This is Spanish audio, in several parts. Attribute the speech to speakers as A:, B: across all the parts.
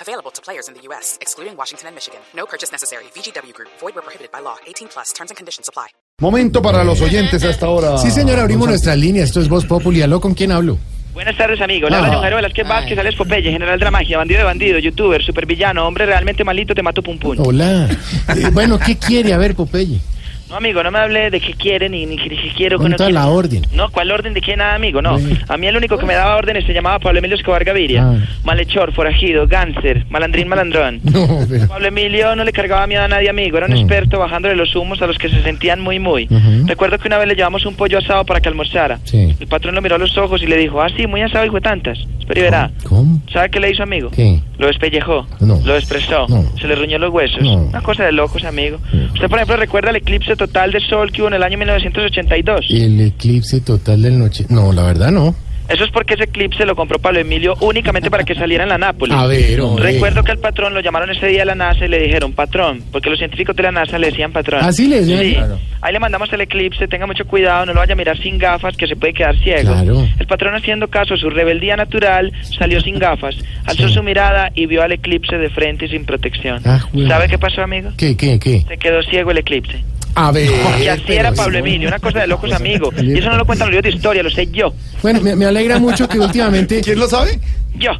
A: Available to players in the U.S., excluding Washington and Michigan. No purchase necessary. VGW Group, void were prohibited by law. 18 plus terms and conditions apply.
B: Momento para los oyentes hasta ahora.
C: Sí, señor, abrimos nuestras líneas. Esto es Voz Populi. ¿Aló con quién hablo?
D: Buenas tardes, amigos. Le habla John Jairo Velázquez Vázquez, Alex Popeye, general de la magia, bandido de bandido, youtuber, supervillano, hombre realmente malito, te mato pum pum.
C: Hola. Eh, bueno, ¿qué quiere? A ver, Popeye.
D: No, amigo, no me hable de qué quiere ni, ni, que- si quiero que no
C: Cuenta
D: quiero.
C: la orden.
D: No, ¿cuál orden de qué nada, amigo? No.
C: Bueno.
D: A mí el único que me daba órdenes se llamaba Pablo Emilio Escobar Gaviria.
C: Ah.
D: Malhechor, forajido, gáncer, malandrín, malandrón.
C: No, pero...
D: Pablo Emilio no le cargaba miedo a nadie, amigo. Era un
C: Mm.
D: experto bajándole los humos a los que se sentían muy, muy.
C: Ujú.
D: Recuerdo que una vez le llevamos un pollo asado para que almorzara.
C: Sí.
D: El patrón lo miró a los ojos y le dijo, ah, sí, muy asado, hijo de tantas. Espera y verá.
C: ¿Cómo?
D: ¿Sabe qué le hizo, amigo?
C: ¿Qué?
D: Lo despellejó,
C: No.
D: lo desprezó,
C: No.
D: se le ruñó los huesos.
C: No.
D: Una cosa de locos, amigo.
C: No.
D: Usted, por ejemplo, recuerda el eclipse total de sol que hubo en el año 1982.
C: El eclipse total del noche. No, la verdad no.
D: Eso es porque ese eclipse lo compró Pablo Emilio únicamente para que saliera en la Nápoles.
C: A ver, hombre.
D: Recuerdo que al patrón lo llamaron ese día a la NASA y le dijeron patrón, porque los científicos de la NASA le decían patrón.
C: ¿Ah, sí le decían?
D: Sí.
C: Claro.
D: Ahí le mandamos el eclipse, tenga mucho cuidado, no lo vaya a mirar sin gafas, que se puede quedar ciego.
C: Claro.
D: El patrón haciendo caso a su rebeldía natural salió sin gafas, alzó
C: Sí.
D: su mirada y vio al eclipse de frente y sin protección.
C: Ah, güey.
D: ¿Sabe qué pasó, amigo?
C: ¿Qué, qué, qué?
D: Se quedó ciego el eclipse.
C: A ver.
D: Y así
C: pero
D: era
C: sí,
D: Pablo
C: ¿no?
D: Emilio, una cosa de locos, amigo.
C: bien.
D: Y eso no lo cuentan los libros de historia, lo sé yo.
C: Bueno, me, me alegra mucho que últimamente...
B: ¿Quién lo sabe?
D: Yo.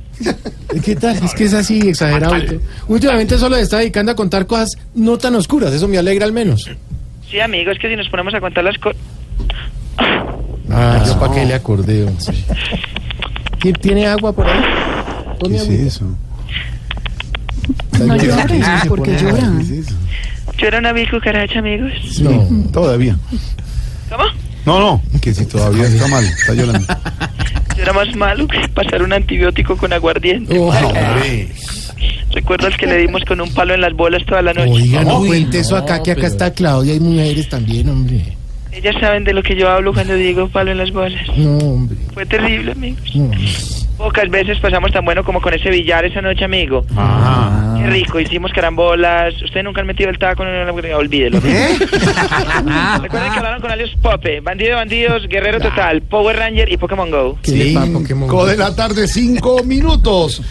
C: ¿Qué tal? Es que es así, exagerado. y todo. Últimamente solo se está dedicando a contar cosas no tan oscuras. Eso me alegra al menos.
D: Sí, amigo, es que si nos ponemos a contar las cosas...
C: Ah, yo para qué le acordeo. ¿Quién tiene agua por ahí? Ponme agüita.
B: eso?
C: No
E: llores, porque llora.
D: Yo era una vil cucaracha, amigos.
C: No. Oh.
B: Todavía.
D: ¿Cómo?
B: No, no, que si todavía está mal, está llorando.
D: Yo era más malo que pasar un antibiótico con aguardiente.
C: Oh,
D: ¿Recuerdas que le dimos con un palo en las bolas toda la noche?
C: Oiga, no cuente eso acá, que acá está Claudia y mujeres también, hombre.
D: Ellas saben de lo que yo hablo cuando digo palo en las bolas.
C: No, hombre.
D: Fue terrible, amigos.
C: no.
D: Pocas veces pasamos tan bueno como con ese billar esa noche, amigo. Qué rico, hicimos carambolas. Ustedes nunca han metido el taco en una... Olvídelo. Recuerden que hablaron con Alios Pope, Bandido de Bandidos, Guerrero Total, Power Ranger y Pokémon GO.
C: ¿Qué le pasa, Pokémon?
B: Cinco de la tarde, cinco minutos.